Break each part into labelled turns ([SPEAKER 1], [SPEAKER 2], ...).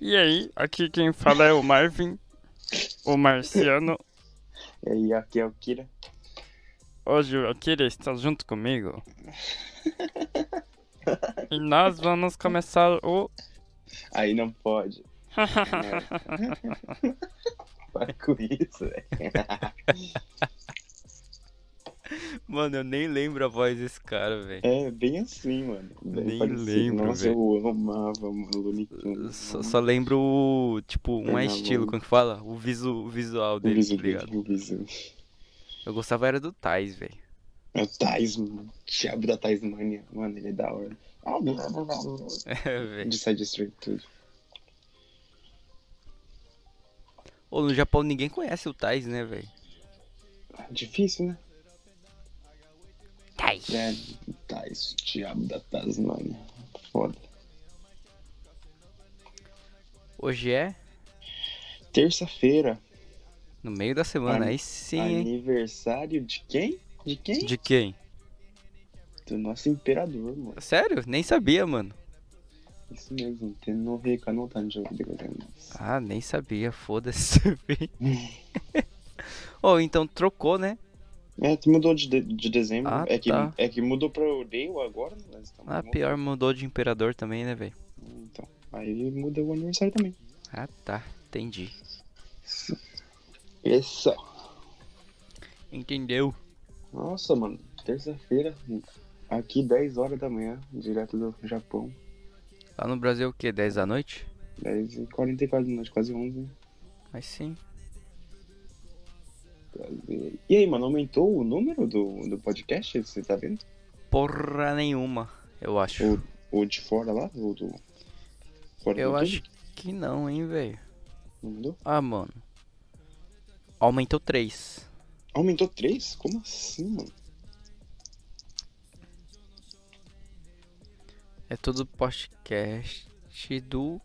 [SPEAKER 1] E aí, aqui quem fala é o Marvin, o Marciano.
[SPEAKER 2] E aí, aqui é o Kira.
[SPEAKER 1] Hoje o Akira está junto comigo. E nós vamos começar o.
[SPEAKER 2] Aí não pode. Para com isso, velho.
[SPEAKER 3] Mano, eu nem lembro a voz desse cara, velho.
[SPEAKER 2] É bem assim, mano. Bem
[SPEAKER 3] Nem
[SPEAKER 2] parecido.
[SPEAKER 3] lembro,
[SPEAKER 2] Nossa, eu amava, mano, Looney Tunes.
[SPEAKER 3] Só, só lembro o. Tipo, não é
[SPEAKER 2] Pernambuco.
[SPEAKER 3] estilo, como que fala? O, visu, o visual
[SPEAKER 2] O
[SPEAKER 3] dele, tá
[SPEAKER 2] Bizu,
[SPEAKER 3] ligado?
[SPEAKER 2] o Bizu.
[SPEAKER 3] Eu gostava era do Tais, velho.
[SPEAKER 2] É o Tais, mano. O Diabo da Tasmania. Mano, ele é da hora. Ah, blá, blá, blá, blá.
[SPEAKER 3] É, velho.
[SPEAKER 2] De Side Street tudo.
[SPEAKER 3] Ô, no Japão ninguém conhece o Tais, né, velho?
[SPEAKER 2] Difícil, né?
[SPEAKER 3] Tais.
[SPEAKER 2] É, Tais, o Diabo da Tasmania. Foda.
[SPEAKER 3] Hoje é
[SPEAKER 2] Terça-feira,
[SPEAKER 3] no meio da semana,
[SPEAKER 2] Ai,
[SPEAKER 3] aí sim, hein?
[SPEAKER 2] aniversário de quem? De quem?
[SPEAKER 3] De quem?
[SPEAKER 2] Do nosso imperador, mano.
[SPEAKER 3] Sério? Nem sabia, mano.
[SPEAKER 2] Isso mesmo, tem no Reika não tá no jogo de governos.
[SPEAKER 3] Ah, nem sabia, foda-se, velho. Ô, então trocou, né?
[SPEAKER 2] É, tu mudou de, de, de dezembro.
[SPEAKER 3] Ah,
[SPEAKER 2] é, que,
[SPEAKER 3] tá.
[SPEAKER 2] é que mudou pra Odeio agora, né? Nós estamos
[SPEAKER 3] Ah,
[SPEAKER 2] mudando.
[SPEAKER 3] pior, mudou de imperador também, né, velho?
[SPEAKER 2] Então, aí muda o aniversário também.
[SPEAKER 3] Ah, tá, entendi.
[SPEAKER 2] Isso.
[SPEAKER 3] Entendeu?
[SPEAKER 2] Nossa, mano, terça-feira, aqui 10 horas da manhã, direto do Japão.
[SPEAKER 3] Lá no Brasil, é o quê? 10 da noite?
[SPEAKER 2] 10h44 da noite, né, quase 11.
[SPEAKER 3] Mas sim.
[SPEAKER 2] Quase- E aí, mano, aumentou o número do, do podcast? Você tá vendo?
[SPEAKER 3] Porra nenhuma, eu acho.
[SPEAKER 2] O, o de fora lá? O do. Fora
[SPEAKER 3] Eu
[SPEAKER 2] do
[SPEAKER 3] acho
[SPEAKER 2] YouTube?
[SPEAKER 3] que não, hein, velho.
[SPEAKER 2] Não mudou?
[SPEAKER 3] Ah, mano. Aumentou 3.
[SPEAKER 2] Aumentou 3? Como assim, mano?
[SPEAKER 3] É tudo podcast do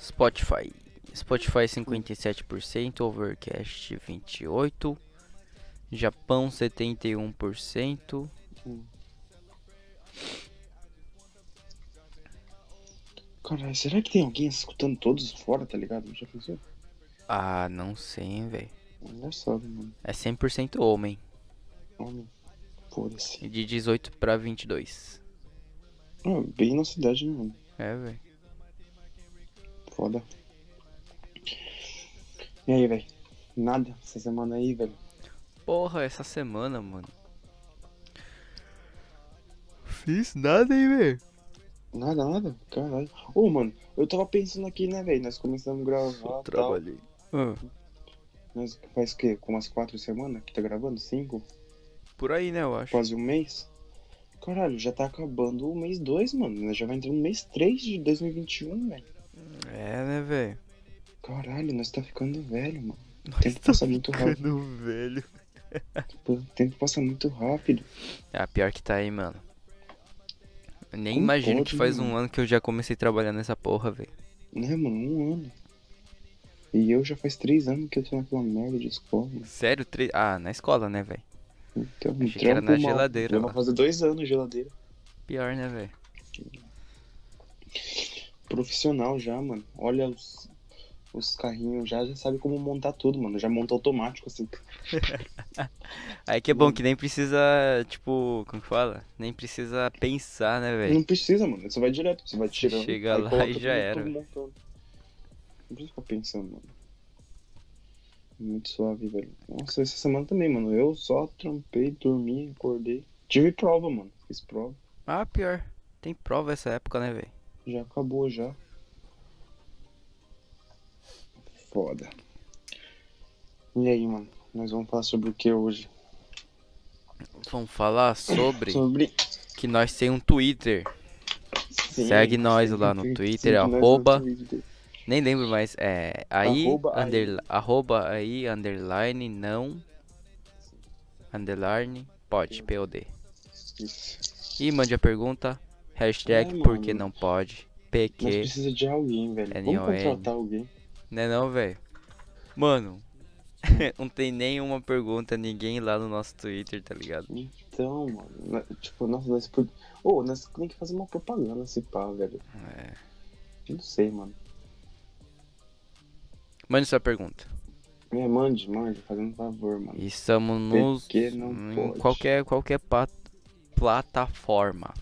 [SPEAKER 3] Spotify. Spotify é 57%, Overcast 28%, Japão 71%.
[SPEAKER 2] Caralho, será que tem alguém escutando todos fora, tá ligado? Já pensou?
[SPEAKER 3] Ah, não sei, velho.
[SPEAKER 2] Engraçado, mano.
[SPEAKER 3] É 100% homem,
[SPEAKER 2] Homem. Foda-se.
[SPEAKER 3] de 18 pra 22.
[SPEAKER 2] Ah, bem na cidade, né, mano.
[SPEAKER 3] É, velho.
[SPEAKER 2] Foda. E aí, velho? Nada essa semana aí, velho.
[SPEAKER 3] Porra, essa semana, mano. Fiz nada, hein, velho.
[SPEAKER 2] Nada, nada. Caralho. Ô, mano, eu tava pensando aqui, né, velho? Nós começamos a gravar. Tal.
[SPEAKER 3] Ah,
[SPEAKER 2] Nós faz o quê? Com umas quatro semanas que tá gravando? Cinco?
[SPEAKER 3] por aí, né, eu acho.
[SPEAKER 2] Quase um mês? Caralho, já tá acabando o mês 2, mano. Nós já vai entrando no mês 3 de 2021, velho.
[SPEAKER 3] É, né, velho.
[SPEAKER 2] Caralho, nós tá ficando velho, mano. O
[SPEAKER 3] Nós
[SPEAKER 2] tempo
[SPEAKER 3] tá
[SPEAKER 2] passa muito rápido.
[SPEAKER 3] ficando velho.
[SPEAKER 2] O tempo passa muito rápido.
[SPEAKER 3] Ah, pior que tá aí, mano. Eu nem
[SPEAKER 2] Como
[SPEAKER 3] imagino
[SPEAKER 2] pode,
[SPEAKER 3] que faz
[SPEAKER 2] mano?
[SPEAKER 3] um ano que eu já comecei a trabalhar nessa porra, velho.
[SPEAKER 2] Né, mano? Um ano. E eu já faz três anos que eu tô naquela merda de escola. mano.
[SPEAKER 3] Sério? Tre... Ah, na escola, né, velho?
[SPEAKER 2] Então, um
[SPEAKER 3] Achei que era
[SPEAKER 2] trampo
[SPEAKER 3] na
[SPEAKER 2] mal.
[SPEAKER 3] geladeira,
[SPEAKER 2] Já vai
[SPEAKER 3] lá.
[SPEAKER 2] fazer dois anos de geladeira.
[SPEAKER 3] Pior, né, velho?
[SPEAKER 2] Profissional já, mano. Olha os, os carrinhos já, já sabe como montar tudo, mano. Já monta automático, assim.
[SPEAKER 3] Aí que é bom que nem precisa, tipo, como que fala? Nem precisa pensar, né, velho?
[SPEAKER 2] Não precisa, mano. Você vai direto, você vai tirando.
[SPEAKER 3] Chega
[SPEAKER 2] aí
[SPEAKER 3] lá
[SPEAKER 2] coloca
[SPEAKER 3] e
[SPEAKER 2] tudo-
[SPEAKER 3] já
[SPEAKER 2] tudo
[SPEAKER 3] era, velho.
[SPEAKER 2] montando. Não precisa ficar pensando, mano. Muito suave, velho. Nossa, essa semana também, mano. Eu só trampei, dormi, acordei. Tive prova, mano. Fiz prova.
[SPEAKER 3] Ah, pior. Tem prova essa época, né, velho?
[SPEAKER 2] Já acabou, já. Foda. E aí, mano? Nós vamos falar sobre o que hoje?
[SPEAKER 3] Vamos falar sobre
[SPEAKER 2] Sobre...
[SPEAKER 3] que nós tem um Twitter.
[SPEAKER 2] Sim,
[SPEAKER 3] Segue nós lá no
[SPEAKER 2] segue-
[SPEAKER 3] Twitter,
[SPEAKER 2] segue nós no
[SPEAKER 3] arroba-
[SPEAKER 2] Twitter.
[SPEAKER 3] Nem lembro mais. É. Aí.
[SPEAKER 2] Arroba aí.
[SPEAKER 3] underl- arroba aí, underline, não. Underline, pode, POD.
[SPEAKER 2] Isso.
[SPEAKER 3] E mande a pergunta. Hashtag
[SPEAKER 2] É,
[SPEAKER 3] porque
[SPEAKER 2] mano.
[SPEAKER 3] não pode.
[SPEAKER 2] Nós
[SPEAKER 3] PQ.
[SPEAKER 2] precisa de alguém, velho. Vamos
[SPEAKER 3] NON.
[SPEAKER 2] contratar alguém.
[SPEAKER 3] Né não, velho? Mano. não tem nenhuma pergunta, ninguém lá no nosso Twitter, tá ligado?
[SPEAKER 2] Então,
[SPEAKER 3] É.
[SPEAKER 2] mano, na- tipo, nossa, nós pod... Ô, nós tem que fazer uma propaganda, se pá, velho. Não sei, mano.
[SPEAKER 3] Mande sua pergunta.
[SPEAKER 2] Me mande, mande, fazendo um favor, mano.
[SPEAKER 3] Estamos nos.
[SPEAKER 2] que não
[SPEAKER 3] em
[SPEAKER 2] pode?
[SPEAKER 3] qualquer, qualquer pat- plataforma.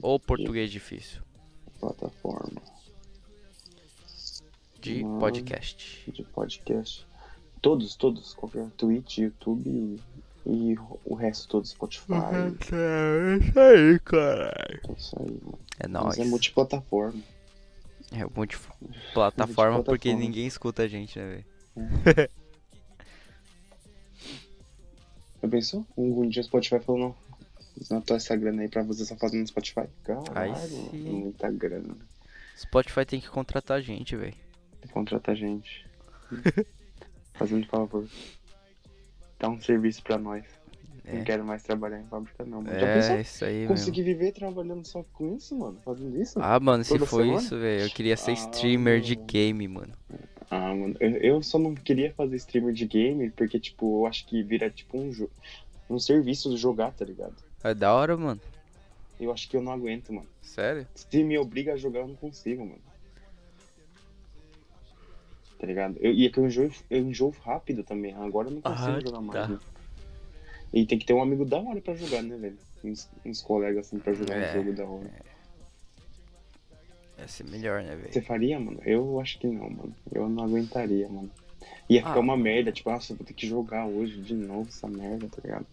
[SPEAKER 3] Ou português difícil.
[SPEAKER 2] Plataforma
[SPEAKER 3] De
[SPEAKER 2] Mano.
[SPEAKER 3] podcast.
[SPEAKER 2] de podcast. Todos, todos, qualquer Twitch, YouTube e, e o resto todo, Spotify.
[SPEAKER 3] Uhum.
[SPEAKER 1] É isso aí, caralho.
[SPEAKER 2] É isso aí, mano.
[SPEAKER 3] É
[SPEAKER 2] Mas
[SPEAKER 3] nóis.
[SPEAKER 2] é multiplataforma.
[SPEAKER 3] É multiplataforma porque
[SPEAKER 2] Multiplataforma.
[SPEAKER 3] ninguém escuta a gente, né, velho?
[SPEAKER 2] Já pensou? Um, um dia o Spotify falou, não. Na tua essa grana aí pra você só fazer no Spotify. Caralho,
[SPEAKER 3] Aí sim.
[SPEAKER 2] mano, muita grana.
[SPEAKER 3] Spotify tem que contratar a gente, velho.
[SPEAKER 2] Contrata a gente. Fazendo favor. Dá um serviço pra nós. Não
[SPEAKER 3] É,
[SPEAKER 2] quero mais trabalhar em fábrica, não. Mano. Já
[SPEAKER 3] é
[SPEAKER 2] pensou?
[SPEAKER 3] isso aí, mesmo.
[SPEAKER 2] Consegui viver trabalhando só com isso, mano? Fazendo isso?
[SPEAKER 3] Ah, mano, se
[SPEAKER 2] Toda
[SPEAKER 3] for
[SPEAKER 2] semana?
[SPEAKER 3] isso, velho, eu queria ser
[SPEAKER 2] Ah,
[SPEAKER 3] streamer de
[SPEAKER 2] não.
[SPEAKER 3] game, mano.
[SPEAKER 2] Ah, mano, eu, eu só não queria fazer streamer de game, porque, tipo, eu acho que vira, tipo, um, jo- um serviço de jogar, tá ligado?
[SPEAKER 3] É da hora, mano.
[SPEAKER 2] Eu acho que eu não aguento, mano.
[SPEAKER 3] Sério?
[SPEAKER 2] Se me obriga a jogar, eu não consigo, mano. Tá ligado? Eu, e é que eu enjoo, eu enjoo rápido também. Agora eu não consigo
[SPEAKER 3] Ah,
[SPEAKER 2] jogar mais.
[SPEAKER 3] tá.
[SPEAKER 2] né? E tem que ter um amigo da hora pra jogar, né, velho? Uns, uns colegas, assim, pra jogar
[SPEAKER 3] É.
[SPEAKER 2] um jogo da hora.
[SPEAKER 3] Ia ser melhor, né,
[SPEAKER 2] Você
[SPEAKER 3] velho?
[SPEAKER 2] faria, mano? Eu acho que não, mano. Eu não aguentaria, mano. Ia ficar
[SPEAKER 3] Ah.
[SPEAKER 2] uma merda, tipo, nossa, eu vou ter que jogar hoje de novo essa merda, tá ligado?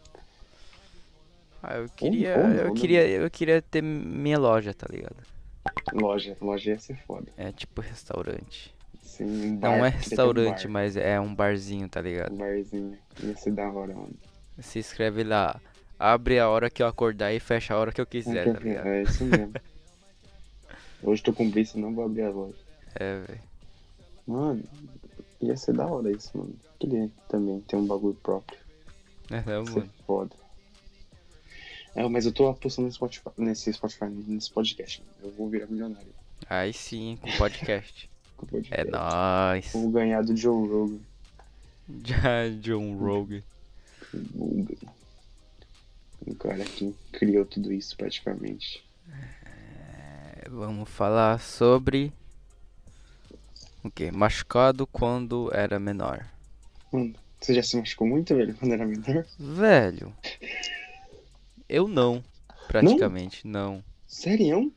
[SPEAKER 3] Ah, eu queria.
[SPEAKER 2] ou não,
[SPEAKER 3] eu
[SPEAKER 2] né,
[SPEAKER 3] queria. Eu queria ter minha loja, tá ligado?
[SPEAKER 2] Loja, loja ia ser foda.
[SPEAKER 3] É tipo restaurante.
[SPEAKER 2] Sim, um bar,
[SPEAKER 3] Não é
[SPEAKER 2] queria ter um
[SPEAKER 3] restaurante,
[SPEAKER 2] bar,
[SPEAKER 3] mas é um barzinho, tá
[SPEAKER 2] Um
[SPEAKER 3] ligado?
[SPEAKER 2] barzinho. Ia ser da hora, mano.
[SPEAKER 3] Se inscreve lá. Abre a hora que eu acordar e fecha a hora que eu quiser, tá ligado?
[SPEAKER 2] é isso mesmo. hoje tô com brisa, não vou abrir a loja.
[SPEAKER 3] É, velho.
[SPEAKER 2] Mano, ia ser da hora isso, mano. Queria também ter um bagulho próprio.
[SPEAKER 3] É,
[SPEAKER 2] Ia ser
[SPEAKER 3] mano.
[SPEAKER 2] foda. É, mas eu tô apostando nesse Spotify, nesse, Spotify, nesse podcast. mano. Eu vou virar milionário.
[SPEAKER 3] Aí sim, com podcast.
[SPEAKER 2] com o podcast.
[SPEAKER 3] É nóis.
[SPEAKER 2] Vou ganhar do Joe Rogan.
[SPEAKER 3] Já John Rogue.
[SPEAKER 2] Rogan. O cara que criou tudo isso praticamente.
[SPEAKER 3] Vamos falar sobre. O que? Machucado quando era menor.
[SPEAKER 2] Mano, você já se machucou muito, velho, quando era menor?
[SPEAKER 3] Velho. Eu não. Praticamente, não.
[SPEAKER 2] Sério?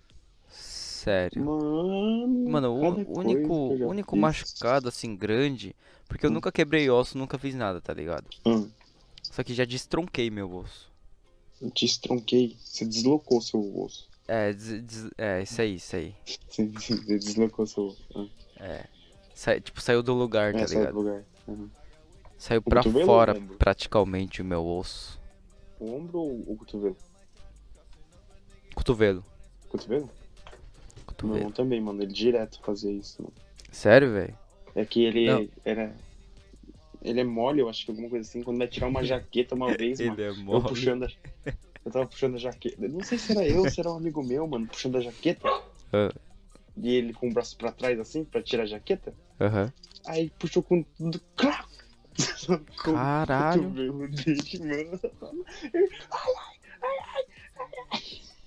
[SPEAKER 3] Sério.
[SPEAKER 2] Mano.
[SPEAKER 3] Mano, o
[SPEAKER 2] cada
[SPEAKER 3] o
[SPEAKER 2] coisa
[SPEAKER 3] único,
[SPEAKER 2] que eu já
[SPEAKER 3] o único
[SPEAKER 2] fiz.
[SPEAKER 3] machucado assim grande. Porque eu nunca quebrei osso, nunca fiz nada, tá ligado?
[SPEAKER 2] Hum,
[SPEAKER 3] Só que já destronquei meu osso.
[SPEAKER 2] eu te estronquei. Você deslocou seu osso.
[SPEAKER 3] É, des- des- é isso aí, isso aí.
[SPEAKER 2] Você você deslocou seu osso. Ah,
[SPEAKER 3] Sai- tipo, saiu do lugar, tá
[SPEAKER 2] é, saiu do
[SPEAKER 3] ligado?
[SPEAKER 2] lugar. Uhum.
[SPEAKER 3] Saiu
[SPEAKER 2] O
[SPEAKER 3] pra
[SPEAKER 2] cotovelo ou o
[SPEAKER 3] fora
[SPEAKER 2] ombro?
[SPEAKER 3] praticamente o meu osso.
[SPEAKER 2] O ombro ou o cotovelo?
[SPEAKER 3] Cotovelo.
[SPEAKER 2] Cotovelo? Meu
[SPEAKER 3] Cotovelo.
[SPEAKER 2] irmão também, mano. Ele direto fazia isso, mano.
[SPEAKER 3] Sério, velho?
[SPEAKER 2] É que ele
[SPEAKER 3] Não.
[SPEAKER 2] era. Ele é mole, eu acho que alguma coisa assim. Quando vai tirar uma jaqueta uma vez, mano.
[SPEAKER 3] é
[SPEAKER 2] Eu puxando a... Eu tava puxando a jaqueta. Eu Não sei se era eu ou se era um amigo meu, mano, puxando a jaqueta.
[SPEAKER 3] Ah.
[SPEAKER 2] E ele com o braço pra trás, assim, pra tirar a jaqueta.
[SPEAKER 3] Aham.
[SPEAKER 2] Aí puxou com tudo. Crac! Com o
[SPEAKER 3] Caralho.
[SPEAKER 2] cotovelo dele, mano. "Ah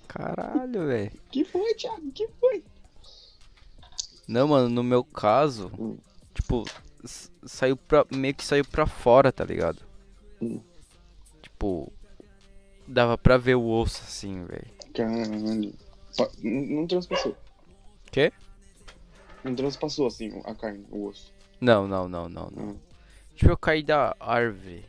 [SPEAKER 3] Caralho, velho.
[SPEAKER 2] Que foi, Thiago? Que foi?
[SPEAKER 3] Não, mano, no meu caso,
[SPEAKER 2] Hum.
[SPEAKER 3] tipo, s- saiu pra. meio que saiu pra fora, tá ligado?
[SPEAKER 2] Hum.
[SPEAKER 3] Tipo, dava pra ver o osso assim, velho.
[SPEAKER 2] Caralho. Pa- Não não transpassou.
[SPEAKER 3] Quê?
[SPEAKER 2] Não transpassou, assim, a carne, o osso.
[SPEAKER 3] Não, não, não, não, não.
[SPEAKER 2] Não.
[SPEAKER 3] Tipo, eu caí da árvore.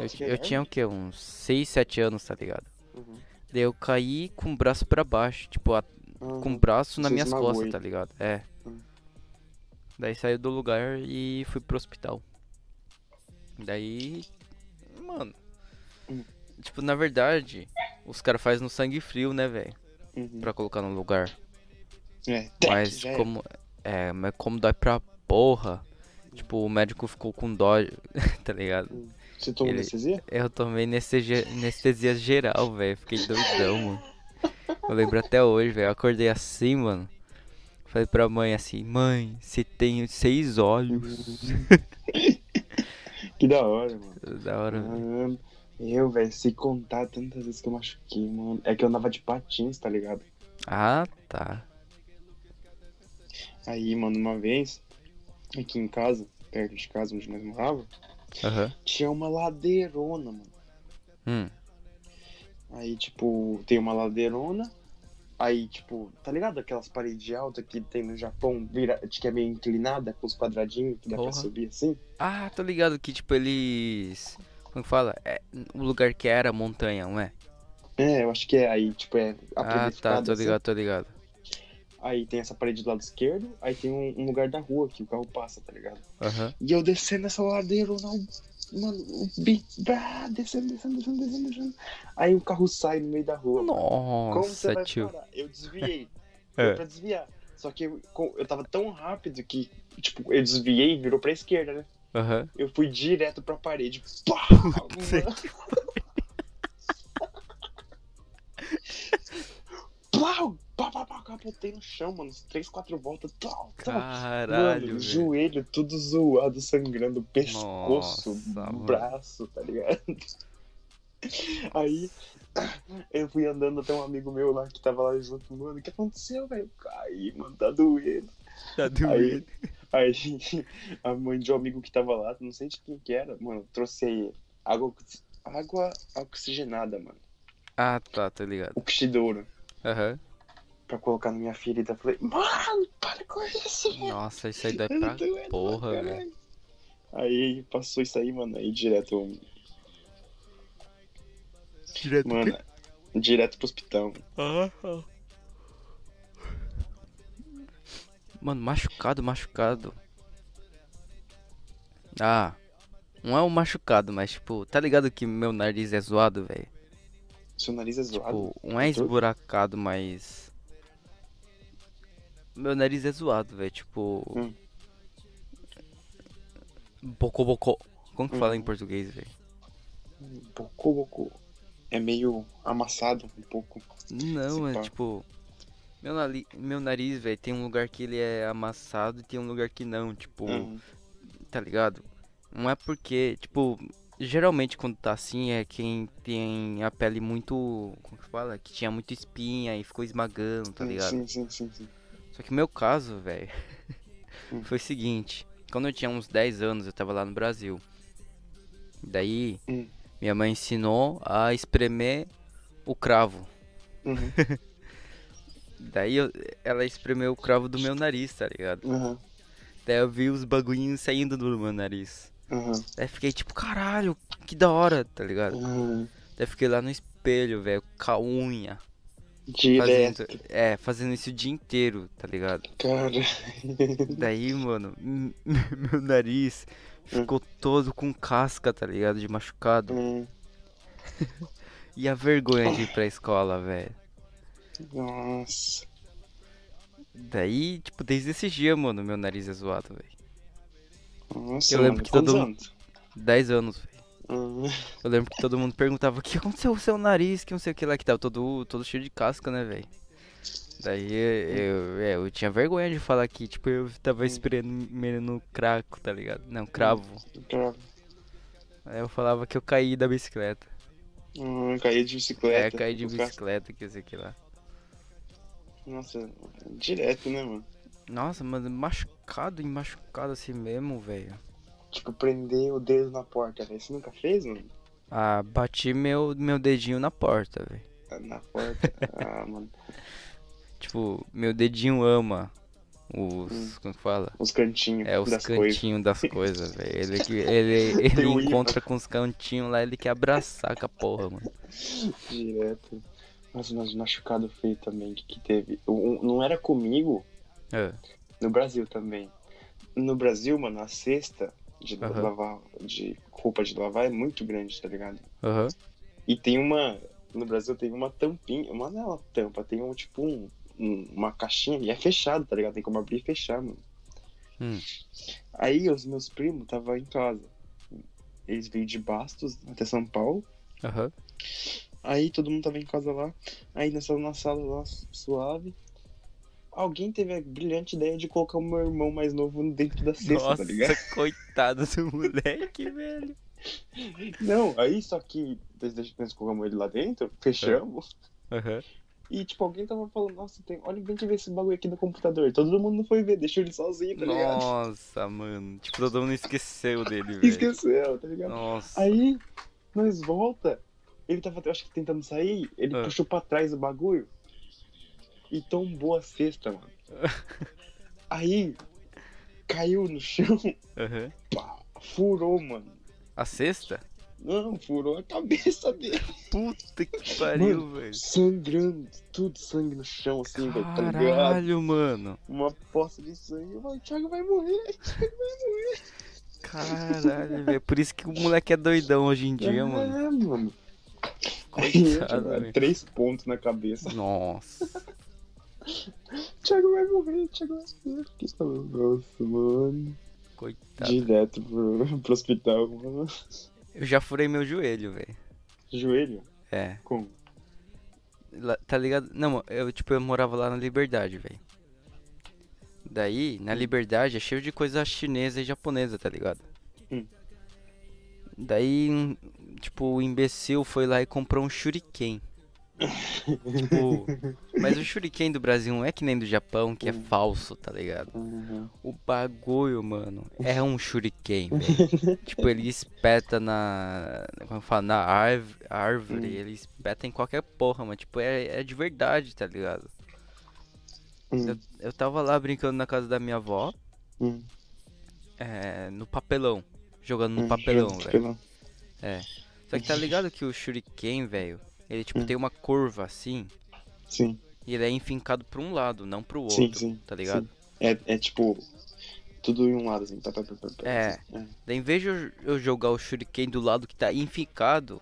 [SPEAKER 3] Eu,
[SPEAKER 2] Você
[SPEAKER 3] eu
[SPEAKER 2] é
[SPEAKER 3] tinha o quê? Uns 6, 7 anos, tá ligado?
[SPEAKER 2] Uhum.
[SPEAKER 3] Daí eu caí com o braço pra baixo, tipo, a-
[SPEAKER 2] Ah,
[SPEAKER 3] com o braço nas
[SPEAKER 2] Você
[SPEAKER 3] minhas
[SPEAKER 2] esmagou
[SPEAKER 3] costas,
[SPEAKER 2] ele.
[SPEAKER 3] tá ligado? É.
[SPEAKER 2] Hum.
[SPEAKER 3] Daí saiu do lugar e fui pro hospital. Daí. Mano.
[SPEAKER 2] Hum.
[SPEAKER 3] Tipo, na verdade, os caras fazem no sangue frio, né, velho?
[SPEAKER 2] uhum.
[SPEAKER 3] Pra colocar no lugar.
[SPEAKER 2] É, tec,
[SPEAKER 3] Mas
[SPEAKER 2] já é.
[SPEAKER 3] como. É, mas como dói pra porra.
[SPEAKER 2] Hum.
[SPEAKER 3] Tipo, o médico ficou com dó, tá ligado?
[SPEAKER 2] Você tomou
[SPEAKER 3] ele-
[SPEAKER 2] anestesia?
[SPEAKER 3] Eu tomei anestesia, anestesia geral, velho. Fiquei doidão, mano. Eu lembro até hoje, velho. Eu acordei assim, mano. Falei pra mãe assim, mãe, você tem seis olhos.
[SPEAKER 2] Que da hora, mano.
[SPEAKER 3] da hora, velho.
[SPEAKER 2] Mano, eu, velho, se contar tantas vezes que eu machuquei, mano. É que eu andava de patins, tá ligado?
[SPEAKER 3] Ah, tá.
[SPEAKER 2] Aí, mano, uma vez, aqui em casa, perto de casa onde nós morava,
[SPEAKER 3] Aham.
[SPEAKER 2] tinha uma ladeirona, mano.
[SPEAKER 3] Hum.
[SPEAKER 2] Aí, tipo, tem uma ladeirona. Aí, tipo, tá ligado aquelas paredes altas que tem no Japão, vira, que é meio inclinada, com os quadradinhos que dá
[SPEAKER 3] Porra.
[SPEAKER 2] pra subir assim?
[SPEAKER 3] Ah, tô ligado que, tipo, eles. Como que fala? É, o lugar que era montanha, não é?
[SPEAKER 2] É, eu acho que é. Aí, tipo, é
[SPEAKER 3] Ah, tá,
[SPEAKER 2] aproveitado,
[SPEAKER 3] tô
[SPEAKER 2] assim.
[SPEAKER 3] ligado, tô ligado.
[SPEAKER 2] Aí tem essa parede do lado esquerdo, aí tem um, um lugar da rua que o carro passa, tá ligado?
[SPEAKER 3] Aham.
[SPEAKER 2] E eu descendo essa ladeira, não. Mano, o bi. bah, descendo, descendo, descendo, descendo, descendo. Aí o carro sai no meio da rua. Como você
[SPEAKER 3] Nossa,
[SPEAKER 2] vai
[SPEAKER 3] tio.
[SPEAKER 2] parar? Eu desviei.
[SPEAKER 3] É.
[SPEAKER 2] Deu pra desviar. Só que eu, co- eu tava tão rápido que, tipo, eu desviei e virou pra esquerda, né?
[SPEAKER 3] Aham.
[SPEAKER 2] Eu fui direto pra parede. Pá! Mano. Plau! Pá, pá, pá, capotei no chão, mano. Uns 3, 4 voltas. Tal, tal.
[SPEAKER 3] Caralho,
[SPEAKER 2] mano,
[SPEAKER 3] velho.
[SPEAKER 2] joelho tudo zoado, sangrando, pescoço,
[SPEAKER 3] Nossa, mano.
[SPEAKER 2] braço, tá ligado? Aí eu fui andando até um amigo meu lá que tava lá junto, mano, o que aconteceu, velho? Eu Caí, mano, tá doendo.
[SPEAKER 3] Tá
[SPEAKER 2] Aí,
[SPEAKER 3] doendo.
[SPEAKER 2] aí a mãe de um amigo que tava lá, não sei de quem que era, mano, trouxe água, oxi- água oxigenada, mano,
[SPEAKER 3] Ah, tá, tô ligado.
[SPEAKER 2] oxidouro,
[SPEAKER 3] Aham.
[SPEAKER 2] pra colocar na minha ferida. Eu Falei, mano, para com isso, mano.
[SPEAKER 3] Nossa, isso aí dói
[SPEAKER 2] Eu
[SPEAKER 3] pra
[SPEAKER 2] tô doendo pra
[SPEAKER 3] porra,
[SPEAKER 2] caralho.
[SPEAKER 3] velho.
[SPEAKER 2] Aí passou isso aí, mano. Aí direto.
[SPEAKER 3] Direto
[SPEAKER 2] Mano, direto pro hospital.
[SPEAKER 3] Mano, machucado, machucado. Ah, não é um machucado, mas tipo, tá ligado que meu nariz é zoado, velho?
[SPEAKER 2] Seu nariz é zoado.
[SPEAKER 3] Tipo, não é
[SPEAKER 2] Doutor?
[SPEAKER 3] esburacado, mas. Meu nariz é zoado, velho. Tipo.
[SPEAKER 2] Hum.
[SPEAKER 3] Bocô, bocô. Como que fala em
[SPEAKER 2] Hum.
[SPEAKER 3] português, velho? Tipo,
[SPEAKER 2] Boku, boku. É meio amassado um pouco.
[SPEAKER 3] Não,
[SPEAKER 2] Esse
[SPEAKER 3] é
[SPEAKER 2] pá.
[SPEAKER 3] tipo. Meu, nali... meu nariz, velho, tem um lugar que ele é amassado e tem um lugar que não. Tipo,
[SPEAKER 2] Uhum.
[SPEAKER 3] tá ligado? Não é porque, tipo, geralmente quando tá assim é quem tem a pele muito. Como que fala? Que tinha muito espinha e ficou esmagando, tá ligado?
[SPEAKER 2] Sim, sim, sim, sim.
[SPEAKER 3] Só que meu caso, velho,
[SPEAKER 2] Hum.
[SPEAKER 3] foi o seguinte. Quando eu tinha uns 10 anos, eu tava lá no Brasil. Daí,
[SPEAKER 2] Hum.
[SPEAKER 3] minha mãe ensinou a espremer o cravo.
[SPEAKER 2] Uhum.
[SPEAKER 3] Daí, eu- ela espremeu o cravo do meu nariz, tá ligado?
[SPEAKER 2] Aham,
[SPEAKER 3] Daí eu vi os bagulhinhos saindo do meu nariz.
[SPEAKER 2] aham,
[SPEAKER 3] Daí fiquei tipo, caralho, que da hora, tá ligado?
[SPEAKER 2] aham.
[SPEAKER 3] Daí fiquei lá no espelho, velho, com a unha.
[SPEAKER 2] Direto,
[SPEAKER 3] Fazendo, é, fazendo isso o dia inteiro, tá ligado?
[SPEAKER 2] cara.
[SPEAKER 3] Daí, mano, m- meu nariz ficou todo com casca, tá ligado? De machucado.
[SPEAKER 2] Hum,
[SPEAKER 3] E a vergonha de ir pra escola, velho.
[SPEAKER 2] Nossa.
[SPEAKER 3] Daí, tipo, desde esse dia, mano, meu nariz é zoado, velho.
[SPEAKER 2] Nossa,
[SPEAKER 3] Eu lembro
[SPEAKER 2] mano,
[SPEAKER 3] que todo
[SPEAKER 2] quantos
[SPEAKER 3] mundo-
[SPEAKER 2] anos?
[SPEAKER 3] 10 anos, velho.
[SPEAKER 2] Ah,
[SPEAKER 3] Eu lembro que todo mundo perguntava o que aconteceu com o seu nariz, que não sei o que lá, que tava todo, todo cheio de casca, né, velho? Daí eu, é, eu tinha vergonha de falar que, tipo, eu tava esperando menino craco, tá ligado? Não, cravo.
[SPEAKER 2] cara.
[SPEAKER 3] Aí eu falava que eu caí da bicicleta.
[SPEAKER 2] Ah, caí de
[SPEAKER 3] É,
[SPEAKER 2] bicicleta.
[SPEAKER 3] caí de
[SPEAKER 2] Os caras-
[SPEAKER 3] bicicleta, que não sei o que lá.
[SPEAKER 2] Nossa, direto, né, mano?
[SPEAKER 3] Nossa, mano, machucado e machucado assim mesmo, velho.
[SPEAKER 2] Tipo, prender o dedo na porta, velho. Você nunca fez, mano?
[SPEAKER 3] Ah, bati meu, meu dedinho na porta, velho.
[SPEAKER 2] tá Na porta. Ah, mano.
[SPEAKER 3] Tipo, meu dedinho ama os. Como que fala?
[SPEAKER 2] Os cantinhos
[SPEAKER 3] É, os
[SPEAKER 2] das coisas.
[SPEAKER 3] cantinhos das coisas, velho. Ele, que- ele, ele
[SPEAKER 2] Tem um imã.
[SPEAKER 3] encontra com os cantinhos lá, ele quer abraçar com a porra, mano.
[SPEAKER 2] Direto. Mas nós machucado feio também que, que teve. Um- um- não era comigo,
[SPEAKER 3] É.
[SPEAKER 2] no Brasil também. No Brasil, mano, a cesta de la-
[SPEAKER 3] Aham.
[SPEAKER 2] lavar, de roupa de lavar é muito grande, tá ligado?
[SPEAKER 3] Aham.
[SPEAKER 2] E tem uma. No Brasil tem uma tampinha, uma não é uma tampa, tem um tipo um, um- uma caixinha e é fechado, tá ligado? Tem como abrir e fechar, mano.
[SPEAKER 3] Hum.
[SPEAKER 2] Aí os meus primos estavam em casa. Eles veio de Bastos até São Paulo.
[SPEAKER 3] Aham.
[SPEAKER 2] Aí todo mundo tava em casa lá. Aí nós estávamos na sala lá, su- suave. Alguém teve a brilhante ideia de colocar o meu irmão mais novo dentro da cesta,
[SPEAKER 3] Nossa,
[SPEAKER 2] tá ligado?
[SPEAKER 3] coitado do moleque, velho.
[SPEAKER 2] Não, aí só que nós deix- nós colocamos ele lá dentro, fechamos.
[SPEAKER 3] Aham.
[SPEAKER 2] E, tipo, alguém tava falando, nossa, tem... olha, vem te ver esse bagulho aqui no computador. Todo mundo foi ver, deixou ele sozinho, tá ligado?
[SPEAKER 3] Nossa, mano. Tipo, todo mundo esqueceu dele, velho.
[SPEAKER 2] Esqueceu, tá ligado?
[SPEAKER 3] Nossa.
[SPEAKER 2] Aí, nós volta, ele tava, eu acho que tentando sair, ele
[SPEAKER 3] Ah.
[SPEAKER 2] puxou pra trás o bagulho e tombou a cesta, mano. Aí, caiu no chão,
[SPEAKER 3] Aham.
[SPEAKER 2] pá, furou, mano.
[SPEAKER 3] A sexta?
[SPEAKER 2] Não, furou a cabeça dele.
[SPEAKER 3] Puta que pariu, velho.
[SPEAKER 2] Sangrando, tudo sangue no chão, assim, velho, tá ligado?
[SPEAKER 3] Caralho, mano.
[SPEAKER 2] Uma poça de sangue. Eu falei, Thiago vai morrer. né,
[SPEAKER 3] Caralho, velho. Por isso que o moleque é doidão hoje em dia, mano.
[SPEAKER 2] É, mano.
[SPEAKER 3] Coitado,
[SPEAKER 2] Aí,
[SPEAKER 3] velho.
[SPEAKER 2] Três pontos na cabeça.
[SPEAKER 3] Nossa.
[SPEAKER 2] Thiago vai morrer, Thiago vai morrer. Que nossa, mano.
[SPEAKER 3] Coitado.
[SPEAKER 2] Direto pro, pro hospital, mano.
[SPEAKER 3] Eu já furei meu joelho, velho.
[SPEAKER 2] Joelho?
[SPEAKER 3] É.
[SPEAKER 2] Com. um,
[SPEAKER 3] Lá- tá ligado? Não, eu tipo, eu morava lá na Liberdade, velho. Daí, na Liberdade é cheio de coisa chinesa e japonesa, tá ligado?
[SPEAKER 2] Hum.
[SPEAKER 3] Daí, hum, tipo, o imbecil foi lá e comprou um shuriken. tipo, mas o shuriken do Brasil não é que nem do Japão, que é falso, tá ligado?
[SPEAKER 2] Uhum.
[SPEAKER 3] O bagulho, mano, é um shuriken, velho. tipo, ele espeta na. Como fala? Na arv- árvore,
[SPEAKER 2] Hum.
[SPEAKER 3] ele espeta em qualquer porra, mano. Tipo, é, é de verdade, tá ligado?
[SPEAKER 2] um,
[SPEAKER 3] Eu, eu tava lá brincando na casa da minha avó,
[SPEAKER 2] Hum.
[SPEAKER 3] é, no papelão. Jogando no
[SPEAKER 2] Hum.
[SPEAKER 3] papelão,
[SPEAKER 2] Jogo de
[SPEAKER 3] velho.
[SPEAKER 2] papelão.
[SPEAKER 3] Só que tá ligado que o shuriken, velho, ele tipo
[SPEAKER 2] Hum.
[SPEAKER 3] tem uma curva assim,
[SPEAKER 2] Sim,
[SPEAKER 3] e ele é enfincado pra um lado, não pro outro,
[SPEAKER 2] Sim, sim,
[SPEAKER 3] tá ligado?
[SPEAKER 2] é, é tipo. Tudo em um lado, assim. Pá, pá, pá, pá, pá.
[SPEAKER 3] É. Daí, em vez de eu, eu jogar o shuriken do lado que tá inficado,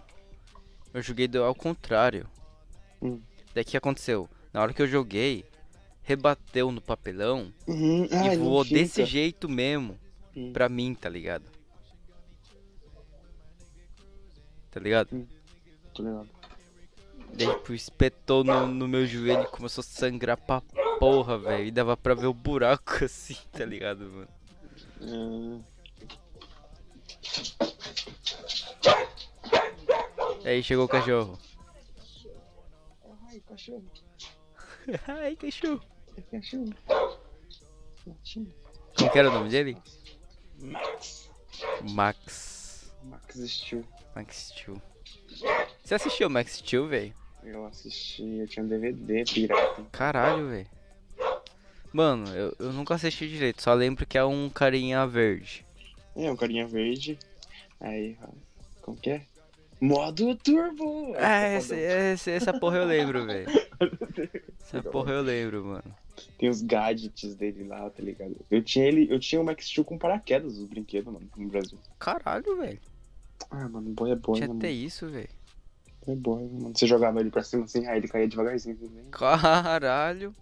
[SPEAKER 3] eu joguei do, ao contrário.
[SPEAKER 2] Hum.
[SPEAKER 3] Daí o que aconteceu? Na hora que eu joguei, rebateu no papelão
[SPEAKER 2] Uhum. Ah,
[SPEAKER 3] e
[SPEAKER 2] ele
[SPEAKER 3] voou
[SPEAKER 2] fica.
[SPEAKER 3] desse jeito mesmo
[SPEAKER 2] Hum.
[SPEAKER 3] pra mim, tá ligado? Tá ligado?
[SPEAKER 2] Tô tá ligado.
[SPEAKER 3] Daí tipo, espetou no, no meu joelho e começou a sangrar pra porra, velho. E dava pra ver o buraco assim, tá ligado, mano?
[SPEAKER 2] É.
[SPEAKER 3] Aí chegou o cachorro.
[SPEAKER 2] Ai, cachorro, é
[SPEAKER 3] Ai, cachorro.
[SPEAKER 2] cachorro.
[SPEAKER 3] Como que era o nome dele?
[SPEAKER 2] Max.
[SPEAKER 3] Max.
[SPEAKER 2] Max Steel.
[SPEAKER 3] Max Steel. Você assistiu Max Steel, velho?
[SPEAKER 2] Eu assisti, eu tinha um DVD pirata.
[SPEAKER 3] Caralho, velho. Mano, eu, eu nunca assisti direito, só lembro que é um carinha verde.
[SPEAKER 2] É, um carinha verde. Aí, ó, como que é? Modo turbo!
[SPEAKER 3] É,
[SPEAKER 2] safadão.
[SPEAKER 3] esse, esse- essa porra eu lembro, velho. Essa porra eu lembro, mano.
[SPEAKER 2] Tem os gadgets dele lá, tá ligado? Eu tinha ele, eu tinha o Max Steel com paraquedas dos brinquedos, mano, no Brasil.
[SPEAKER 3] Caralho, velho.
[SPEAKER 2] Ah, mano, boy é boy,
[SPEAKER 3] Tinha
[SPEAKER 2] né,
[SPEAKER 3] até
[SPEAKER 2] mano?
[SPEAKER 3] isso, velho.
[SPEAKER 2] Boy é boy, né, mano. Você jogava ele pra cima assim, aí ele caía devagarzinho. Né?
[SPEAKER 3] Caralho.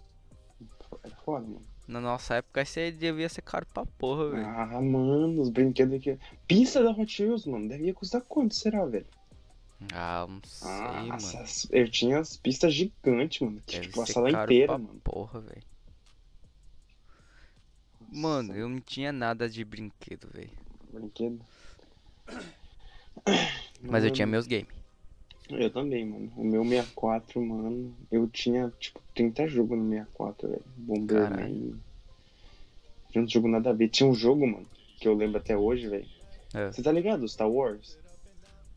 [SPEAKER 2] Era foda, mano.
[SPEAKER 3] Na nossa época, isso aí devia ser caro pra porra, velho.
[SPEAKER 2] Ah, mano, os brinquedos aqui. Pista da Hot Wheels, mano, devia custar quanto, será, velho?
[SPEAKER 3] Ah, não sei,
[SPEAKER 2] Ah,
[SPEAKER 3] mano.
[SPEAKER 2] essas- eu tinha as pistas gigantes, mano. que,
[SPEAKER 3] Deve
[SPEAKER 2] Tipo, a
[SPEAKER 3] ser
[SPEAKER 2] sala
[SPEAKER 3] caro
[SPEAKER 2] inteira,
[SPEAKER 3] pra
[SPEAKER 2] mano.
[SPEAKER 3] porra, velho. Mano, eu não tinha nada de brinquedo, velho.
[SPEAKER 2] Brinquedo.
[SPEAKER 3] Mas eu
[SPEAKER 2] Mano,
[SPEAKER 3] tinha meus games.
[SPEAKER 2] Eu também, mano. O meu 64, mano, eu tinha, tipo, 30 jogos no 64, velho. Bomberman. Tinha um jogo nada a ver. Tinha um jogo, mano, que eu lembro até hoje, velho.
[SPEAKER 3] É.
[SPEAKER 2] Você tá ligado? Star Wars?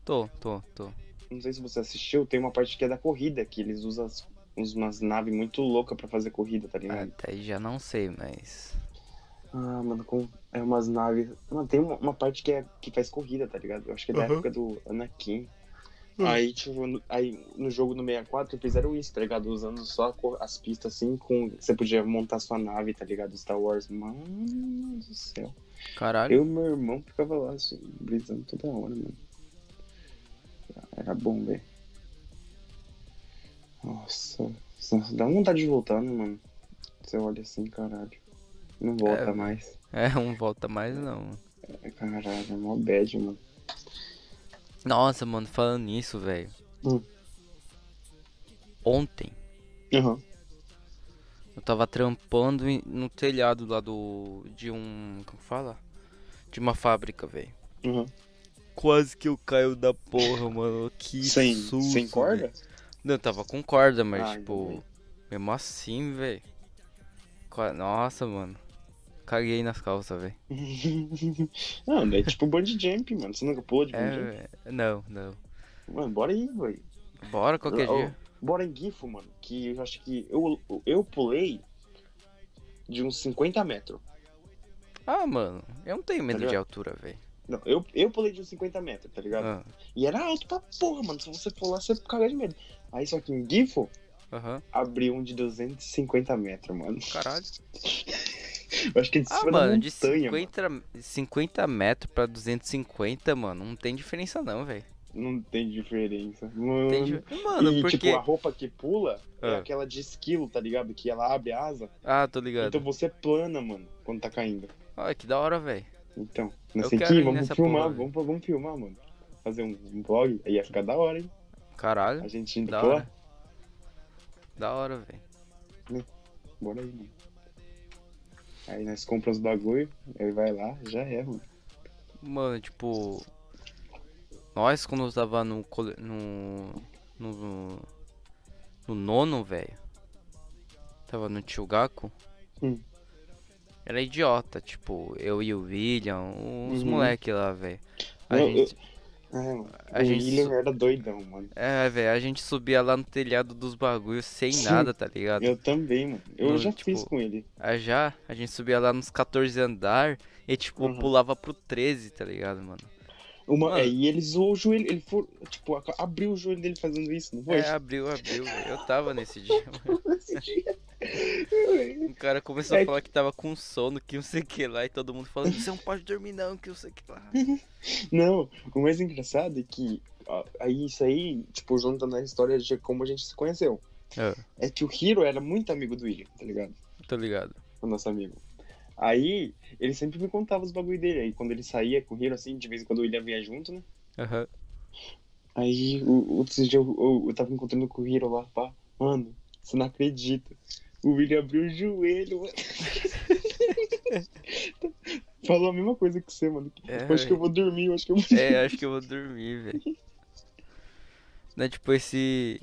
[SPEAKER 3] Tô, tô, tô.
[SPEAKER 2] Não sei se você assistiu, tem uma parte que é da corrida, que eles usam as- uns- umas naves muito loucas pra fazer corrida, tá ligado?
[SPEAKER 3] Até aí já não sei, mas.
[SPEAKER 2] Ah, mano, com... é umas naves. Mano, tem uma, uma parte que, é, que faz corrida, tá ligado? Eu acho que é da época do Anakin. Aí, tipo, no, aí no jogo no 64 fizeram isso, tá ligado? Usando só a cor- as pistas assim, com. Você podia montar sua nave, tá ligado? Star Wars. Mano do céu.
[SPEAKER 3] Caralho.
[SPEAKER 2] Eu e meu irmão ficava lá, assim, brisando toda hora, mano. Era bom, velho. Nossa. nossa, Dá vontade de voltar, né, mano? Você olha assim, caralho. Não volta mais.
[SPEAKER 3] É, não volta mais não.
[SPEAKER 2] Caralho, é mó bad, mano.
[SPEAKER 3] Nossa, mano, falando nisso, velho.
[SPEAKER 2] Hum.
[SPEAKER 3] Ontem
[SPEAKER 2] Aham.
[SPEAKER 3] eu tava trampando em- no telhado lá do. de um. Como fala? De uma fábrica, velho.
[SPEAKER 2] Aham.
[SPEAKER 3] Quase que eu caio da porra, mano. Que
[SPEAKER 2] Sem,
[SPEAKER 3] susto.
[SPEAKER 2] sem corda?
[SPEAKER 3] velho. Não, eu tava com corda, mas
[SPEAKER 2] Ah, ainda
[SPEAKER 3] tipo.
[SPEAKER 2] bem.
[SPEAKER 3] Mesmo assim, velho. Nossa, mano. Caguei nas calças, velho.
[SPEAKER 2] Não, daí é tipo bungee jump, mano. Você nunca pulou de
[SPEAKER 3] É,
[SPEAKER 2] bungee
[SPEAKER 3] véi. Não, não.
[SPEAKER 2] jump? Mano, bora aí, velho.
[SPEAKER 3] Bora qualquer
[SPEAKER 2] Ó,
[SPEAKER 3] dia.
[SPEAKER 2] Bora em Gifo, mano. Que eu acho que eu, eu pulei de uns 50 metros.
[SPEAKER 3] Ah, mano. Eu não tenho medo de
[SPEAKER 2] Tá ligado?
[SPEAKER 3] altura, velho.
[SPEAKER 2] Não, eu, eu pulei de uns 50 metros, tá ligado?
[SPEAKER 3] Ah,
[SPEAKER 2] E era alto pra porra, mano. Se você pular, você caga de medo. Aí só que em Gifo,
[SPEAKER 3] Aham.
[SPEAKER 2] abriu um de 250 metros, mano.
[SPEAKER 3] Caralho.
[SPEAKER 2] Eu acho que é de
[SPEAKER 3] Ah,
[SPEAKER 2] cima da
[SPEAKER 3] mano, de
[SPEAKER 2] montanha, mano.
[SPEAKER 3] 50, 50 metros pra 250, mano, não tem diferença não, velho.
[SPEAKER 2] Não tem diferença. Mano.
[SPEAKER 3] Tem di- Mano,
[SPEAKER 2] e,
[SPEAKER 3] porque...
[SPEAKER 2] tipo, a roupa que pula é
[SPEAKER 3] Ah.
[SPEAKER 2] aquela de esquilo, tá ligado? Que ela abre a asa.
[SPEAKER 3] Ah, tô ligado.
[SPEAKER 2] Então você plana, mano, quando tá caindo.
[SPEAKER 3] Olha, que da hora, velho.
[SPEAKER 2] Então, não
[SPEAKER 3] Eu
[SPEAKER 2] sei
[SPEAKER 3] quero
[SPEAKER 2] que,
[SPEAKER 3] ir
[SPEAKER 2] vamos
[SPEAKER 3] nessa
[SPEAKER 2] filmar,
[SPEAKER 3] porra,
[SPEAKER 2] vamos, vamos filmar, mano. Fazer um, um vlog, aí ia ficar da hora, hein?
[SPEAKER 3] Caralho,
[SPEAKER 2] A gente indo
[SPEAKER 3] da
[SPEAKER 2] pra lá.
[SPEAKER 3] hora. Da hora, velho.
[SPEAKER 2] Bora aí, mano. Aí nós compramos os bagulho, aí vai lá, já é, mano.
[SPEAKER 3] Mano, tipo... Nós, quando eu tava no... cole- No... No, no nono, velho. Tava no Tchugaku.
[SPEAKER 2] Hum.
[SPEAKER 3] Era idiota, tipo, eu e o William, os
[SPEAKER 2] Uhum.
[SPEAKER 3] moleque lá, velho. A
[SPEAKER 2] Não, eu-
[SPEAKER 3] gente...
[SPEAKER 2] É, mano.
[SPEAKER 3] A
[SPEAKER 2] o
[SPEAKER 3] gente
[SPEAKER 2] William
[SPEAKER 3] su-
[SPEAKER 2] era doidão, mano.
[SPEAKER 3] É, velho, a gente subia lá no telhado dos bagulhos sem
[SPEAKER 2] Sim.
[SPEAKER 3] nada, tá ligado?
[SPEAKER 2] Eu também, mano. Eu
[SPEAKER 3] Não,
[SPEAKER 2] já
[SPEAKER 3] tipo,
[SPEAKER 2] fiz com ele.
[SPEAKER 3] Aí já, a gente subia lá nos 14 andar e, tipo,
[SPEAKER 2] Uhum.
[SPEAKER 3] pulava pro 13, tá ligado, mano?
[SPEAKER 2] Uma,
[SPEAKER 3] mano.
[SPEAKER 2] é, e ele zoou o joelho, ele for, tipo, a- abriu o joelho dele fazendo isso, não foi?
[SPEAKER 3] É, abriu, abriu, velho. Eu tava nesse dia, mano.
[SPEAKER 2] Esse dia.
[SPEAKER 3] O cara começou a
[SPEAKER 2] É
[SPEAKER 3] falar que tava com sono, que não sei o que lá, e todo mundo falando, você não pode dormir não, que não sei o que lá.
[SPEAKER 2] Não, o mais engraçado é que ó, aí isso aí, tipo, junta na história de como a gente se conheceu.
[SPEAKER 3] Ah.
[SPEAKER 2] É que o Hiro era muito amigo do William, tá ligado?
[SPEAKER 3] Tô ligado.
[SPEAKER 2] O nosso amigo. Aí, ele sempre me contava os bagulho dele. Aí, quando ele saía com o Hiro, assim, de vez em quando o William vinha junto, né?
[SPEAKER 3] Aham.
[SPEAKER 2] Aí, o, outro dia eu, eu, eu tava encontrando com o Hiro lá, pá. Mano, você não acredita. O William abriu o joelho, mano. Falou a mesma coisa que você, mano.
[SPEAKER 3] É,
[SPEAKER 2] Eu acho que eu vou dormir, eu acho que eu vou.
[SPEAKER 3] É, acho que eu vou dormir, velho. Né, tipo, esse.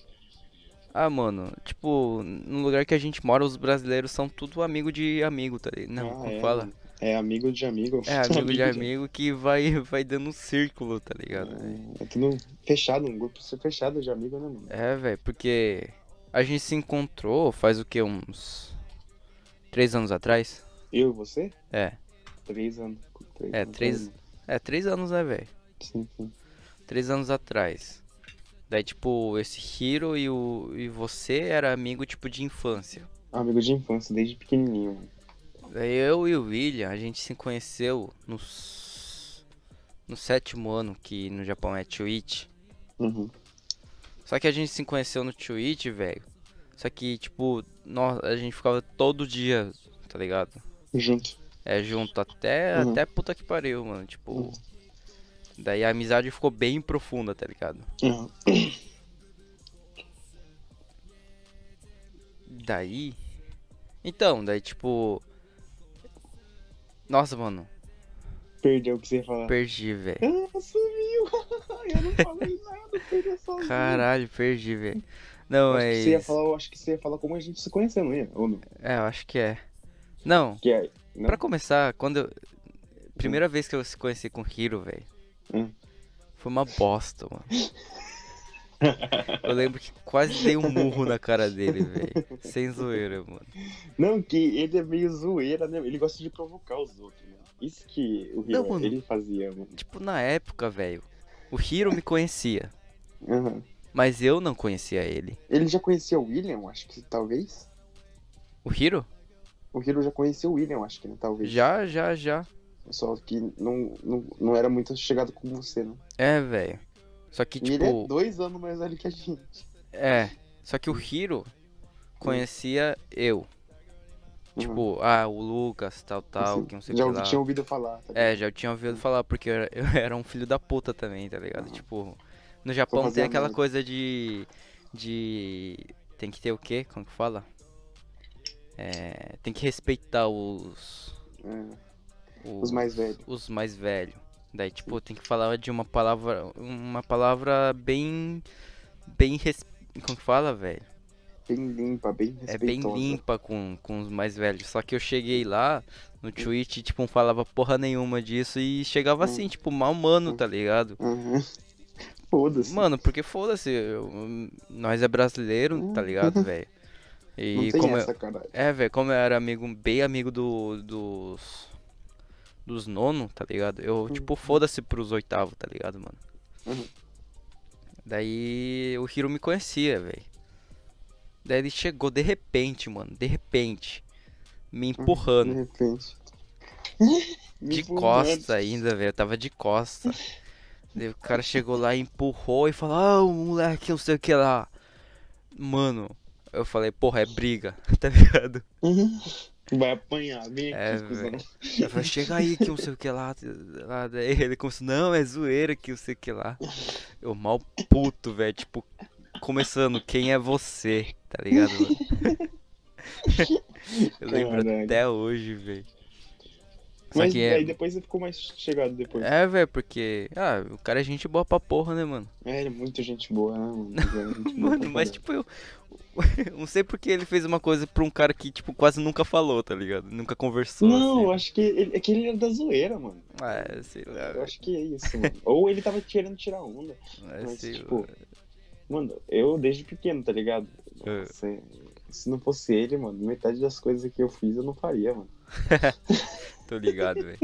[SPEAKER 3] Ah, mano, tipo, no lugar que a gente mora, os brasileiros são tudo amigo de amigo, tá ligado? Não,
[SPEAKER 2] Ah,
[SPEAKER 3] como
[SPEAKER 2] é,
[SPEAKER 3] fala?
[SPEAKER 2] mano. É amigo de amigo.
[SPEAKER 3] É, amigo de amigo que vai, vai dando um círculo, tá ligado? velho?
[SPEAKER 2] É tudo fechado, um grupo fechado de amigo, né, mano?
[SPEAKER 3] É, velho, porque a gente se encontrou faz o que, uns. Três anos atrás?
[SPEAKER 2] Eu e você?
[SPEAKER 3] É,
[SPEAKER 2] Três anos. Três
[SPEAKER 3] É,
[SPEAKER 2] anos,
[SPEAKER 3] três-
[SPEAKER 2] né?
[SPEAKER 3] é, três anos, né, velho?
[SPEAKER 2] Sim, sim.
[SPEAKER 3] Três anos atrás. Daí, tipo, esse Hiro e, o, e você era amigo, tipo, de infância.
[SPEAKER 2] Amigo de infância, desde pequenininho, mano.
[SPEAKER 3] Daí eu e o William, a gente se conheceu nos... no sétimo ano, que no Japão é Twitch.
[SPEAKER 2] Uhum.
[SPEAKER 3] Só que a gente se conheceu no Twitch, velho. Só que, tipo, nós, a gente ficava todo dia, tá ligado?
[SPEAKER 2] Junto.
[SPEAKER 3] É, junto até,
[SPEAKER 2] Uhum.
[SPEAKER 3] até puta que pariu, mano. Tipo,
[SPEAKER 2] Uhum.
[SPEAKER 3] daí a amizade ficou bem profunda, tá ligado?
[SPEAKER 2] Uhum.
[SPEAKER 3] Daí. Então, daí, tipo. Nossa, mano,
[SPEAKER 2] Perdeu o que você ia falar.
[SPEAKER 3] perdi, velho.
[SPEAKER 2] Ah, sumiu! eu não falei nada, perdeu sozinho.
[SPEAKER 3] Caralho, perdi, velho. Não,
[SPEAKER 2] Eu acho, que você ia
[SPEAKER 3] mas.
[SPEAKER 2] falar, eu acho que você ia falar como a gente se conheceu, não ia? Ou não?
[SPEAKER 3] É, eu acho que é. Não,
[SPEAKER 2] Que é, não?
[SPEAKER 3] pra começar, quando eu... Primeira vez que eu se conheci com o Hiro, velho.
[SPEAKER 2] Hum.
[SPEAKER 3] Foi uma bosta, mano. eu lembro que quase dei um murro na cara dele, velho. Sem zoeira, mano.
[SPEAKER 2] Não, que ele é meio zoeira, né? Ele gosta de provocar os outros, mano. Isso que o
[SPEAKER 3] Não,
[SPEAKER 2] Hiro,
[SPEAKER 3] mano.
[SPEAKER 2] ele fazia, mano.
[SPEAKER 3] Tipo, na época, velho, o Hiro me conhecia.
[SPEAKER 2] Aham.
[SPEAKER 3] Mas eu não conhecia ele.
[SPEAKER 2] Uhum. Ele já conhecia o William, acho que talvez.
[SPEAKER 3] O Hiro?
[SPEAKER 2] O Hiro já conhecia o William, acho que, né? Talvez.
[SPEAKER 3] Já, já, já.
[SPEAKER 2] Só que não, não, não era muito chegado com você, né?
[SPEAKER 3] É, velho. Só que,
[SPEAKER 2] E ele é
[SPEAKER 3] tipo.
[SPEAKER 2] dois anos mais velho que a gente.
[SPEAKER 3] É, só que o Hiro conhecia eu.
[SPEAKER 2] Uhum.
[SPEAKER 3] Tipo, ah, o Lucas, tal, tal,
[SPEAKER 2] Assim,
[SPEAKER 3] que não sei o
[SPEAKER 2] já
[SPEAKER 3] que
[SPEAKER 2] ouvi-
[SPEAKER 3] lá.
[SPEAKER 2] tinha ouvido falar. Tá
[SPEAKER 3] É, já tinha ouvido falar, porque eu era, eu era um filho da puta também, tá ligado?
[SPEAKER 2] Aham.
[SPEAKER 3] Tipo, no Japão tem
[SPEAKER 2] fazia
[SPEAKER 3] aquela
[SPEAKER 2] merda.
[SPEAKER 3] coisa de. de. tem que ter o quê? Como que fala? É, tem que respeitar os.
[SPEAKER 2] ligado?
[SPEAKER 3] os
[SPEAKER 2] Os mais velhos.
[SPEAKER 3] os mais velhos. Daí, tipo, tem que falar de uma palavra. Uma palavra bem. Bem, res- Como que fala, velho?
[SPEAKER 2] É, Bem limpa, bem respeitosa.
[SPEAKER 3] É bem limpa com, com os mais velhos. Só que eu cheguei lá no Twitch e, tipo, não falava porra nenhuma disso e chegava assim, tipo, mal mano, tá ligado?
[SPEAKER 2] Uhum. Foda-se.
[SPEAKER 3] Mano, porque foda-se, eu- nós é brasileiro, tá ligado, velho?
[SPEAKER 2] não
[SPEAKER 3] E
[SPEAKER 2] tem
[SPEAKER 3] como eu-
[SPEAKER 2] essa, caralho.
[SPEAKER 3] É, velho, como eu era amigo, bem amigo do, dos. Dos nono, tá ligado? Eu, tipo, foda-se pros oitavos, tá ligado, mano?
[SPEAKER 2] Uhum.
[SPEAKER 3] Daí o Hiro me conhecia, velho. Daí ele chegou de repente, mano, de repente, me
[SPEAKER 2] De
[SPEAKER 3] empurrando.
[SPEAKER 2] repente. Uhum. Me né?
[SPEAKER 3] De
[SPEAKER 2] fudendo.
[SPEAKER 3] costa ainda, velho. Eu tava de costa. Daí o cara chegou lá, empurrou e falou, ah, o moleque, não sei o que lá. Mano, eu falei, porra, é briga, tá ligado?
[SPEAKER 2] Vai apanhar, vem
[SPEAKER 3] É,
[SPEAKER 2] aqui, cuzão.
[SPEAKER 3] velho. Ela falou, chega aí que não sei o que lá, lá. Daí ele começou, não, é zoeira que não sei o que lá. Eu mal puto, velho. Tipo, começando, quem é você? Tá ligado? mano? Eu lembro
[SPEAKER 2] Caralho.
[SPEAKER 3] até hoje, velho. Só
[SPEAKER 2] Mas
[SPEAKER 3] que
[SPEAKER 2] aí
[SPEAKER 3] é.
[SPEAKER 2] depois você ficou mais chegado depois.
[SPEAKER 3] É, velho, porque. Ah, o cara é gente boa pra porra, né, mano?
[SPEAKER 2] É, ele é muita gente boa, né? mano? Ele é gente boa pra
[SPEAKER 3] Mano, mas
[SPEAKER 2] caralho.
[SPEAKER 3] tipo, eu. eu Não sei porque ele fez uma coisa pra um cara que, tipo, quase nunca falou, tá ligado? Nunca conversou.
[SPEAKER 2] Não, eu
[SPEAKER 3] assim.
[SPEAKER 2] acho que ele, é que ele era da zoeira, mano.
[SPEAKER 3] Ah, sei lá.
[SPEAKER 2] Eu acho que é isso, mano. Ou ele tava querendo tirar onda.
[SPEAKER 3] ah,
[SPEAKER 2] Mas,
[SPEAKER 3] sei lá.
[SPEAKER 2] tipo, mano, eu desde pequeno, tá ligado?
[SPEAKER 3] É.
[SPEAKER 2] Se, se não fosse ele, mano, metade das coisas que eu fiz eu não faria, mano.
[SPEAKER 3] Tô ligado, velho.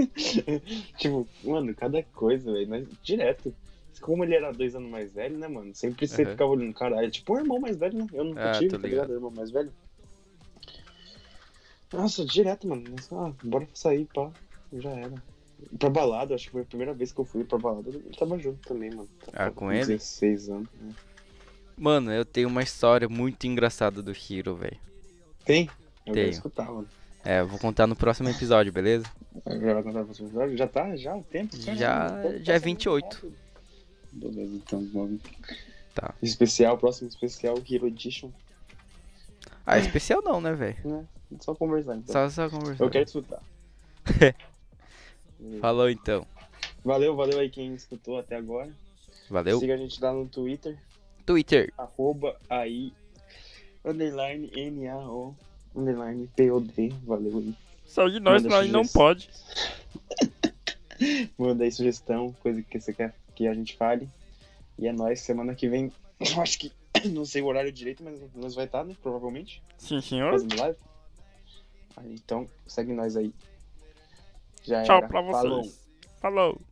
[SPEAKER 2] Tipo, mano, cada coisa, velho, nós- direto. Como ele era dois anos mais velho, né, mano? Sempre você
[SPEAKER 3] Aham.
[SPEAKER 2] ficava olhando, caralho, tipo um irmão mais velho, né? Eu nunca
[SPEAKER 3] Ah,
[SPEAKER 2] tive,
[SPEAKER 3] tô
[SPEAKER 2] tá ligado? Irmão mais velho. Nossa, direto, mano. Nossa, Ah, bora sair, pá. Já era. Pra balada, acho que foi a primeira vez que eu fui pra balada. Ele tava junto também, mano.
[SPEAKER 3] Ah,
[SPEAKER 2] Tava
[SPEAKER 3] com ele?
[SPEAKER 2] 16 anos. né?
[SPEAKER 3] Mano, eu tenho uma história muito engraçada do Hiro, velho.
[SPEAKER 2] Tem? Eu
[SPEAKER 3] Tenho.
[SPEAKER 2] quero escutar, mano.
[SPEAKER 3] É, eu vou contar no próximo episódio, beleza?
[SPEAKER 2] É, Já, já tá, já o tempo? Caralho,
[SPEAKER 3] Já-
[SPEAKER 2] o
[SPEAKER 3] já
[SPEAKER 2] tempo
[SPEAKER 3] é
[SPEAKER 2] passa muito
[SPEAKER 3] 28.
[SPEAKER 2] rápido. Beleza, então, vamos.
[SPEAKER 3] Tá.
[SPEAKER 2] Especial, próximo especial, Hero Edition, É.
[SPEAKER 3] Ah, especial não, né, velho?
[SPEAKER 2] né? Só conversar, então.
[SPEAKER 3] Só, só conversar.
[SPEAKER 2] Eu quero escutar.
[SPEAKER 3] Falou então.
[SPEAKER 2] Valeu, valeu aí quem escutou até agora.
[SPEAKER 3] Valeu.
[SPEAKER 2] Siga a gente lá no Twitter,
[SPEAKER 3] Twitter.
[SPEAKER 2] arroba aí, underline N-A-O, underline P-O-D, valeu aí.
[SPEAKER 1] Segue nós,
[SPEAKER 2] Manda
[SPEAKER 1] nós não
[SPEAKER 2] sugestão.
[SPEAKER 1] pode.
[SPEAKER 2] Manda aí sugestão, coisa que você quer que a gente fale. E é nóis, semana que vem, eu acho que, não sei o horário direito, mas nós vai estar, né, provavelmente,
[SPEAKER 1] Sim, senhor.
[SPEAKER 2] fazendo live. Aí, então, segue nós aí. Já
[SPEAKER 1] Tchau
[SPEAKER 2] era.
[SPEAKER 1] pra vocês.
[SPEAKER 2] Falou.
[SPEAKER 1] Falou.